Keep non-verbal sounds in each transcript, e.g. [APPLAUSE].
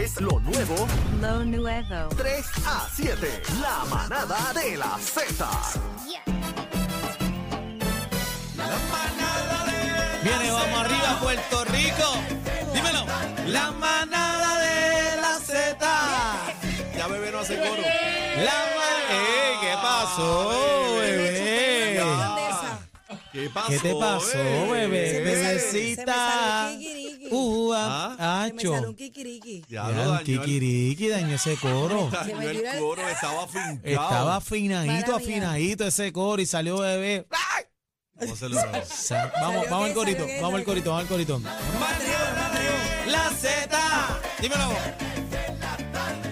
es lo nuevo Lo nuevo. 3 a 7. La manada de la Z. Viene, vamos arriba, Puerto Rico. Dímelo. La manada de la Z. Ya bebé no hace coro. La manada. ¿Qué pasó, bebé? ¿Qué pasó? ¿Qué te pasó, bebé? bebé? Bebecita. Se me salió kikiriki. Uva, Se me salió hacho. un kikiriki. Ah. Ya Ya, lo un dañó el, kikiriki dañó ese coro. dañó Se me el tiró el- coro, estaba fincado. Estaba afinadito, Maravilla. afinadito ese coro y salió bebé. No [LAUGHS] se lo dañó. O sea, Vamos, Salió vamos al que, corito, salió vamos que, al salió corito, vamos al corito. La Z, dímelo.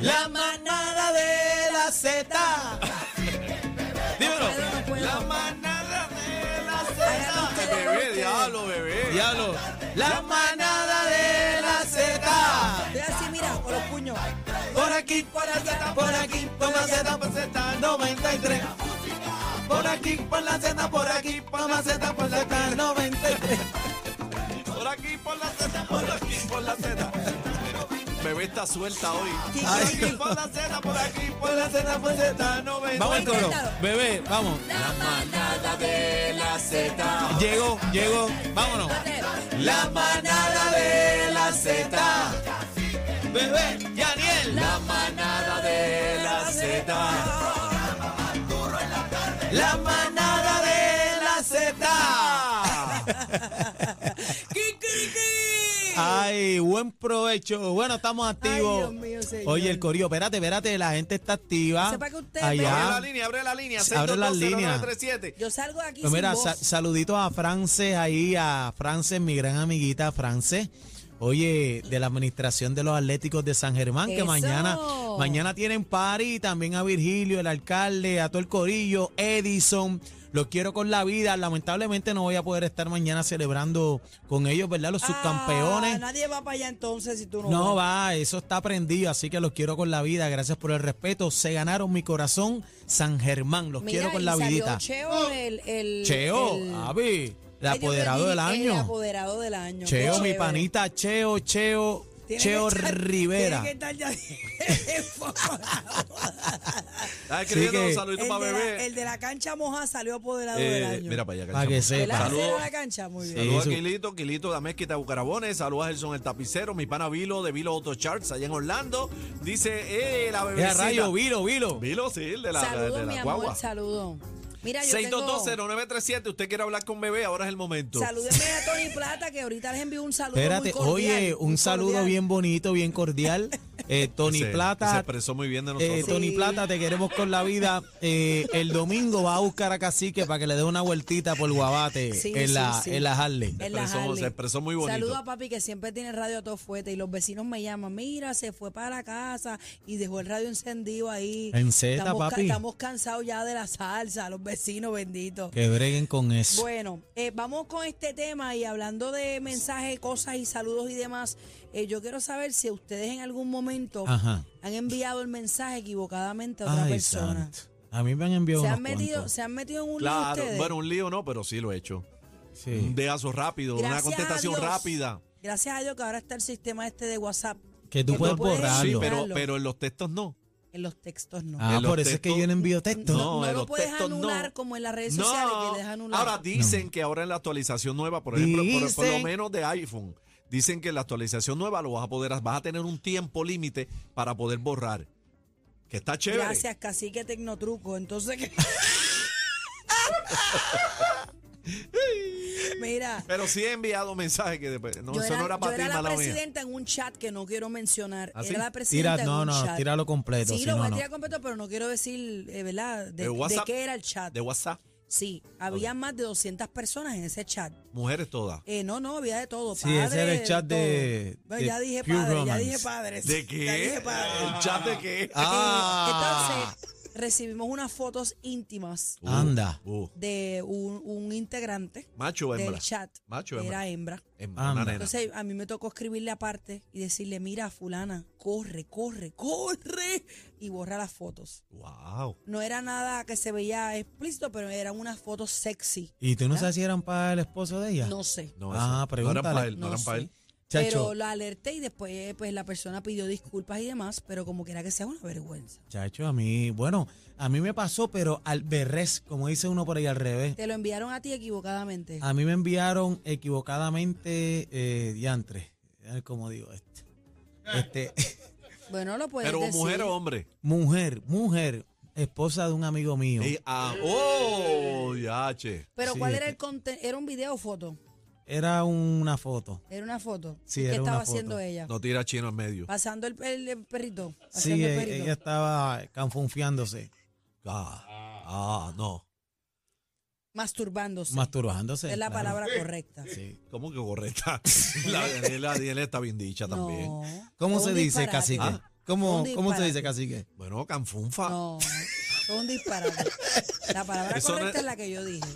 La manada de la Z. Dímelo. Pero no puedo. manada de la Háganlo Z. Ay, ustedes, Bebé, ustedes. diablo, bebé. Diablo. La manada de la Z. Estoy así, mira, con los puños. Por aquí, por allá, por aquí, por la Z, por Z, 93. Por aquí, por la Z, por aquí, por la Z, por la Z, 93. Por aquí, por la Z, por aquí, por la Z. Bebé está suelta hoy. Kikiriki. Por la Z, por aquí, por la Z, por Z, no ven. Vamos al coro. Inténtalo. Bebé, vamos. La manada de la Z. Llegó, llegó. Vámonos. La manada de la Z. Bebé, Yaniel. La manada de la Z. La manada de la Z. ¡Kikiriki! Ay, buen provecho. Bueno, estamos activos. Ay, Dios mío, señor. Oye, el corillo, espérate, espérate, la gente está activa. Sepa que usted Abre la Allá. línea, abre la línea. Abre la 6220937. Yo salgo de aquí Pues sin mira, voz. sa- saluditos a Frances ahí, a Frances, mi gran amiguita Frances. Oye, de la administración de los Atléticos de San Germán, que Eso. mañana, mañana tienen party, también a Virgilio, el alcalde, a todo el corillo, Edison. Los quiero con la vida. Lamentablemente no voy a poder estar mañana celebrando con ellos, ¿verdad? Los Ah, subcampeones. nadie va para allá entonces si tú no. No vas. va, eso está prendido, así que los quiero con la vida. Gracias por el respeto. Se ganaron mi corazón, San Germán. Los Mira, quiero con y la salió vidita. Oh. Cheo, el, el- Cheo, el- Avi, el Ay, yo apoderado perdí, del El año. apoderado del año. qué Cheo, mi chévere. panita, Cheo, Cheo, Tiene Cheo que estar- Rivera. Tiene [LAUGHS] que estar ya bien enfocado. Está escribiendo que- un el, saludito de para la, bebé. el de la cancha moja salió apoderado Eh, del año. mira para allá, Para cachamo. que ¿El sepa. apoderado Saludos. de la cancha? Muy bien. Sí. Saludos a su- Quilito, Quilito de Mezquita Bucarabones, saludos a Gerson el Tapicero, mi pana Vilo de Vilo Auto Charts allá en Orlando. Dice, eh, la Mira, bebecita. rayo, vilo, vilo. Vilo, sí, el de la, saludos, de la mi amor, guagua. saludos. Mira, yo tengo... 6220937, usted quiere hablar con bebé, ahora es el momento. Salúdeme a Tony Plata, que ahorita les envío un saludo Espérate, muy cordial. oye, muy un saludo cordial. bien bonito, bien [LAUGHS] cordial. Eh, Tony Se- Se Plata, expresó muy bien de eh, nosotros. Tony Sí. Plata, te queremos con la vida. Eh, el domingo va a buscar a Cacique para que le dé una vueltita por Guabate Sí, en, sí, la, sí. en la Harley. En la expresó- Harley. se expresó muy bonito. Saludo a papi que siempre tiene el radio a todo fuerte y los vecinos me llaman, mira, se fue para la casa y dejó el radio encendido ahí. En Z, Estamos ca- papi. Estamos cansados ya de la salsa, los vecinos benditos. Que breguen con eso. Bueno, eh, vamos con este tema y hablando de mensajes, cosas y saludos y demás, eh, yo quiero saber si ustedes en algún momento Ajá. han enviado el mensaje equivocadamente a otra Ay, persona. santo. A mí me han enviado ¿Se unos han, metido, cuantos. ¿Se han metido en un lío Claro, ustedes? bueno, un lío no, pero sí lo he hecho. Sí. Un deazo rápido, una Gracias a contestación Dios. rápida. Gracias a Dios que ahora está el sistema este de WhatsApp. Que tú puedes borrarlo. Sí, Claro. pero, pero en los textos no. En los textos no. Ah, En los por eso es que textos- yo no envío texto. No, no en lo los puedes textos no. anular como en las redes sociales que le dejan anular. Ahora dicen que ahora en la actualización nueva, por ejemplo, por, por lo Dicen. menos de iPhone, dicen que en la actualización nueva lo vas a poder, vas a tener un tiempo límite para poder borrar. Que está chévere. Gracias, cacique tecnotruco. Entonces, [LAUGHS] ¿qué? Mira, Pero sí he enviado mensajes que después. No, yo eso era, no era yo para ti, era la mala mía. presidenta en un chat que no quiero mencionar. ¿Ah, sí? Era la presidenta Tira, en no, un no, chat. tíralo completo. Sí, si lo voy no, a no. tirar completo, pero no quiero decir, eh, ¿verdad? De, De de WhatsApp. qué era el chat. De WhatsApp, Sí, había más de 200 personas en ese chat. mujeres todas. Eh, no, no, había de todo. Sí, ese padre, era el chat de- todo. Bueno, de ya dije Pure padre, ya Romance. dije padre. ¿De qué? Ah. Ya dije pues, padre. ¿El chat de qué? Eh, Ah. entonces, recibimos unas fotos íntimas Uh, Anda. uh, de un, un integrante macho o hembra. del chat. Macho o hembra. Era hembra. Hembra, una Anda. nena. Entonces, a mí me tocó escribirle aparte y decirle, mira, fulana, corre, corre, corre. Y borra las fotos. Wow. No era nada que se veía explícito, pero eran unas fotos sexy. ¿Y tú no ¿Ya? sabes si eran para el esposo de ella? No sé. No, Ah, eso, no eran pregúntale. para él. No, No eran para sé. él. Pero Chacho. la alerté y después pues la persona pidió disculpas y demás, pero como quiera que sea una vergüenza. Chacho, a mí, bueno, a mí me pasó, pero al berrés, como dice uno por ahí al revés. Te lo enviaron a ti Ah. equivocadamente. A mí me enviaron equivocadamente eh, diantre. A ver cómo digo esto. Este, [LAUGHS] Bueno, lo puedes Pero decir. mujer o hombre. mujer, mujer, esposa de un amigo mío. Y, ah, oh, ya, che. Pero Sí, ¿cuál es era el que- contenido? ¿Era un video o foto? Era una foto. Era una foto. Sí, ¿Y ¿Qué era una estaba foto. haciendo ella? No tira chino en medio. Pasando el, el- el perrito. Sí, Haciendo el e- perrito. ella estaba canfunfiándose, Ah, ah, no. Masturbándose. masturbándose. es la claro. palabra correcta. Sí. ¿Cómo que correcta? [LAUGHS] La Daniela, Daniela está bien dicha también. No. ¿Cómo Fue se un dice, disparate. cacique? Ah. ¿Cómo, Un ¿Cómo se disparate. dice, cacique? Bueno, canfunfa. No, fue un disparate. La palabra Eso no correcta es- es... la que yo dije.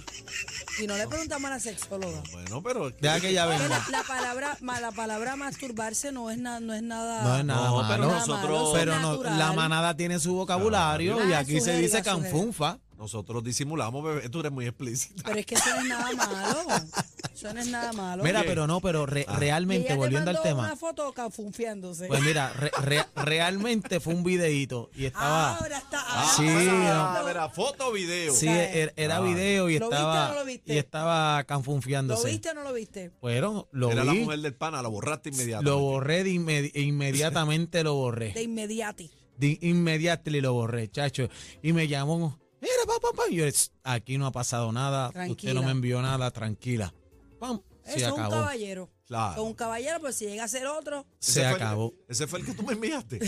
Si Ah. no le preguntamos a la sexóloga. Bueno, pero. Deja que ella Que venga. La, la palabra, ma- la palabra masturbarse no es, na- no es nada. No es nada No, pero malo. Pero, nada nosotros- malo, eso es no, natural. la manada tiene su vocabulario Claro. y Ah, aquí se sugerga, dice sugerga. canfunfa. Nosotros disimulamos, bebé. Tú eres muy explícita. Pero es que eso no es nada malo. Eso no es nada malo. Mira, Ok. pero no, pero re- Ah. Y ella realmente, te volviendo al mandó tema. una foto cafunfiándose. Pues mira, re- [LAUGHS] re- realmente fue un videíto y estaba. ahora está. Ah, Ahora Sí, ah, no. mira, foto o video. sí, está, er- era Ah. video y ¿Lo viste estaba. o no lo viste? Y estaba ¿Lo canfunfiándose. viste o no lo viste? Bueno, lo Era vi, la mujer del pana, la borraste inmediatamente. Lo borré de inmedi- inmediatamente, lo De borré. inmediati. De inmediato lo borré, chacho. Y me llamó. Mira, papá, papá. Y yo, "Tss, aquí no ha pasado nada. Usted Tranquila. no me envió nada, tranquila. Pam, Eso se es un acabó. caballero. Claro. Es un caballero, pues si llega a ser otro, Se Ese fue el- acabó. ese fue el que tú me [LAUGHS] enviaste.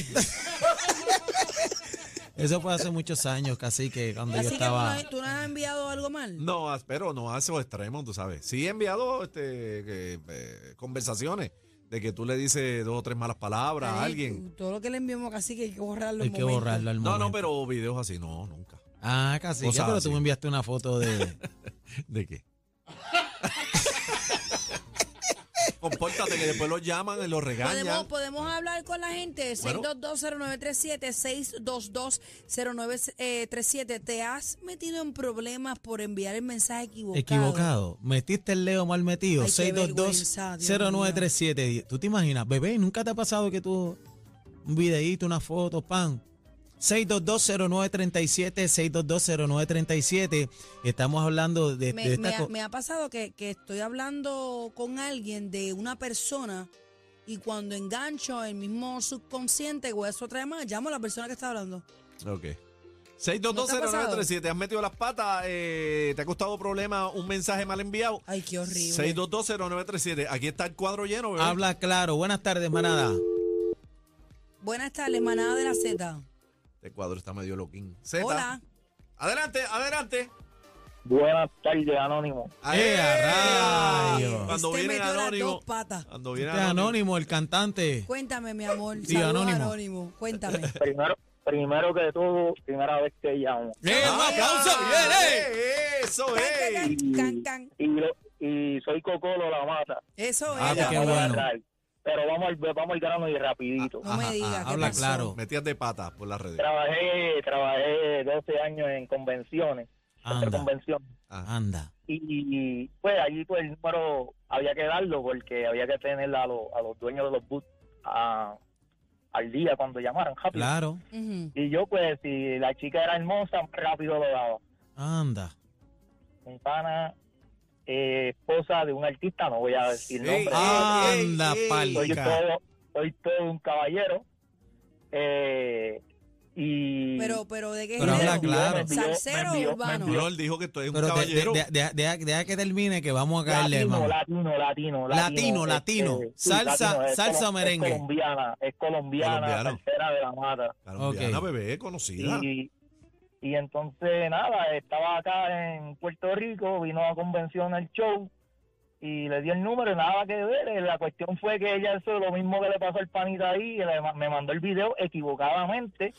Eso fue hace muchos años, casi que cuando yo Así que estaba. bueno, tú no has enviado algo mal. No, as- pero no a esos extremos, tú sabes. Sí he enviado este, que, eh, conversaciones de que tú le dices dos o tres malas palabras a Ay, alguien. tú- Todo lo que le enviamos casi que hay que borrarlo. Hay un que momento. borrarlo al No, momento. no, pero videos así, no, nunca. Ah, casi. Cosas pero tú así. me enviaste una [LAUGHS] foto de. ¿De [LAUGHS] qué? Compórtate que después los llaman y los Podemos, regañan. podemos hablar con la gente. 6220937, 6220937. ¿Te has metido en problemas por enviar el mensaje equivocado? Equivocado. Metiste el Leo mal metido. Ay, qué vergüenza, Dios 622-0937. ¿Tú te imaginas, bebé? ¿Nunca te ha pasado que tú un videíto, una foto, pan? 6220937, 6220937. Estamos hablando de, de Me, me esta ha, co- me ha pasado que, que estoy hablando con alguien de una persona y cuando engancho el mismo subconsciente o eso trae más, llamo a la persona que está hablando. Ok. ¿No 6220937, ¿has metido las patas? Eh, ¿Te ha costado problema un mensaje mal enviado? Ay, qué horrible. 6220937, aquí está el cuadro lleno, bebé. Habla claro. Buenas tardes, manada. Uh, Buenas tardes, manada de la Z. Este cuadro está medio loquín. Z. Hola. Adelante, adelante. Buenas tardes, Anónimo. ¡Eh, a ¡Ay! ¡Eh! rayos! Cuando Usted viene metió las anónimo. dos patas. Cuando Este viene es anónimo. anónimo, el cantante. Cuéntame, mi amor. Sí, Saludos, anónimo. anónimo. Cuéntame. Primero, primero que todo, primera vez que llamo. ¡Eh, un ¡Ay, aplauso! ¡Bien, eh! eh! Eso es. Can, can, can. Y, lo- y soy Cocolo la mata. Eso Ah, es. pues qué Vamos a bueno. Ah, agarrar. Pero vamos al, vamos al grano y rapidito. No me digas. ¿qué habla pasó? claro. Metías de pata por las redes. Trabajé, trabajé 12 años en convenciones, entre Anda, convenciones. anda. Y, y, pues allí pues el número había que darlo porque había que tener a, los- a los dueños de los boots a- al día cuando llamaran rápido. Claro, Ujú. Y yo pues si la chica era hermosa, rápido lo daba. anda. mi pana, eh, esposa de un artista, no voy a decir Ey, nombre. ah, ey, Anda, ey. pal. soy, chica. todo, soy todo un caballero. eh, y Pero, pero, ¿de qué Pero género? habla claro. ¿Salsero Me o envió, urbano? me envió. Lord dijo que tú eres un Pero de- de- caballero. de- deja deja- deja que termine que vamos a caerle, latino, hermano. latino, latino, este, Latino, latino. sí, Salsa- salsa colo- o merengue. Es colombiana, es colombiana, Colombiano. tercera de la mata. Colombiana, Ok. bebé, conocida. Y, y entonces, nada, estaba acá en Puerto Rico, vino a convención al show y le di el número, nada que ver. La cuestión fue que ella hizo lo mismo que le pasó al panita ahí, y le ma- me mandó el video equivocadamente,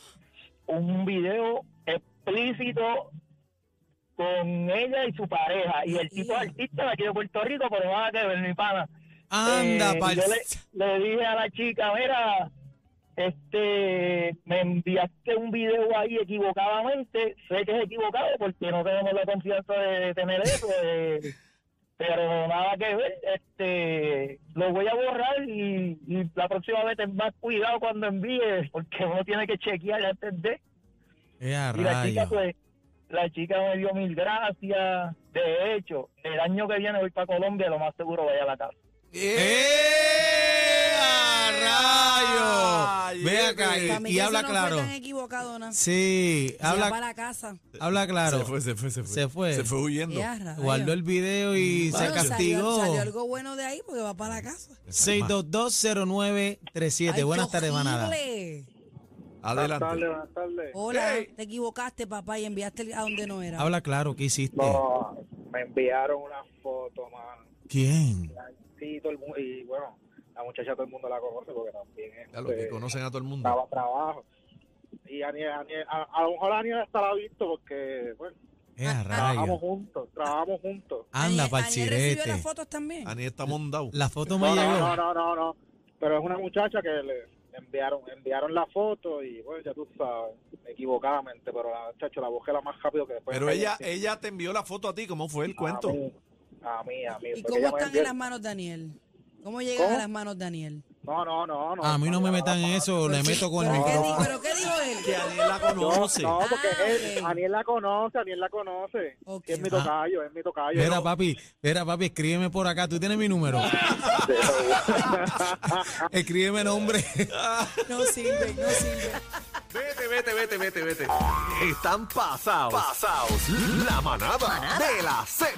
un video explícito con ella y su pareja. Y el tipo de artista de aquí de Puerto Rico, pero nada que ver, mi pana. Anda, Eh, pal. Yo le, le dije a la chica, mira, este, me enviaste un video ahí equivocadamente, sé que es equivocado porque no tenemos la confianza de tener eso. eh, pero nada que ver, este, lo voy a borrar y, y la próxima vez ten más cuidado cuando envíes, porque uno tiene que chequear antes de. Eh, a Y la chica, rayos. pues, la chica me dio mil gracias. De hecho, el año que viene voy para Colombia, lo más seguro vaya a la casa. ¡Eh! ¡A Ay, rayos! Ve acá Para y, mí y que eso habla no claro. Fue tan equivocado, ¿no? Sí, Se va habla, para la casa. habla claro. Se fue, se fue, se fue. Se fue. Se fue huyendo. Ea, rayos. Guardó el video y Mm. Bueno, se castigó. Salió, salió algo bueno de ahí porque va para la casa. 6220937. Ay, Buenas qué tardes, manada. horrible. Adelante. buenas tardes. Hola, Hey. te equivocaste, papá, y enviaste el- a donde no era. Habla claro, ¿qué hiciste? No, me enviaron una foto, mano. ¿Quién? Sí, todo el mundo, y bueno, la muchacha todo el mundo la conoce porque también Ya lo que este, conocen a todo el mundo. daba trabajo. Y Aniel, Aniel- a, a lo mejor Aniel hasta la ha visto porque, bueno, Eh, Ah, a trabajamos rayos. juntos, trabajamos juntos. Anda, Aniel- Aniel recibió las parchirete. fotos también. Ani está mondado. Pues, La foto me No, no, llegó. no, no, no, no. Pero es una muchacha que le enviaron enviaron la foto y, bueno, ya tú sabes, equivocadamente, pero la muchacha la busqué la más rápido que después. Pero me ella, cayó encima. ella te envió la foto a ti. ¿Cómo fue el cuento? A mí, a mí. a mí, ¿Y porque cómo ella me están envió- en las manos Daniel? ¿Cómo llegan ¿Cómo? a las manos Daniel? No, no, no, Ah, no. A mí no me metan en eso, le meto con el ¿Pero qué micrófono. di- ¿Pero qué dijo él? Que Aniel la Yo- conoce. no, porque Ah, él, ok. Aniel la conoce, Aniel la conoce. Ok. Es mi Ah. tocayo, es mi tocayo. Mira, No, [LAUGHS] papi, mira, papi, escríbeme por acá. Tú tienes mi número. escríbeme nombre. No sirve, no sirve. Vete, vete, vete, vete, vete. Están pasados. Pasados. La manada de la Z.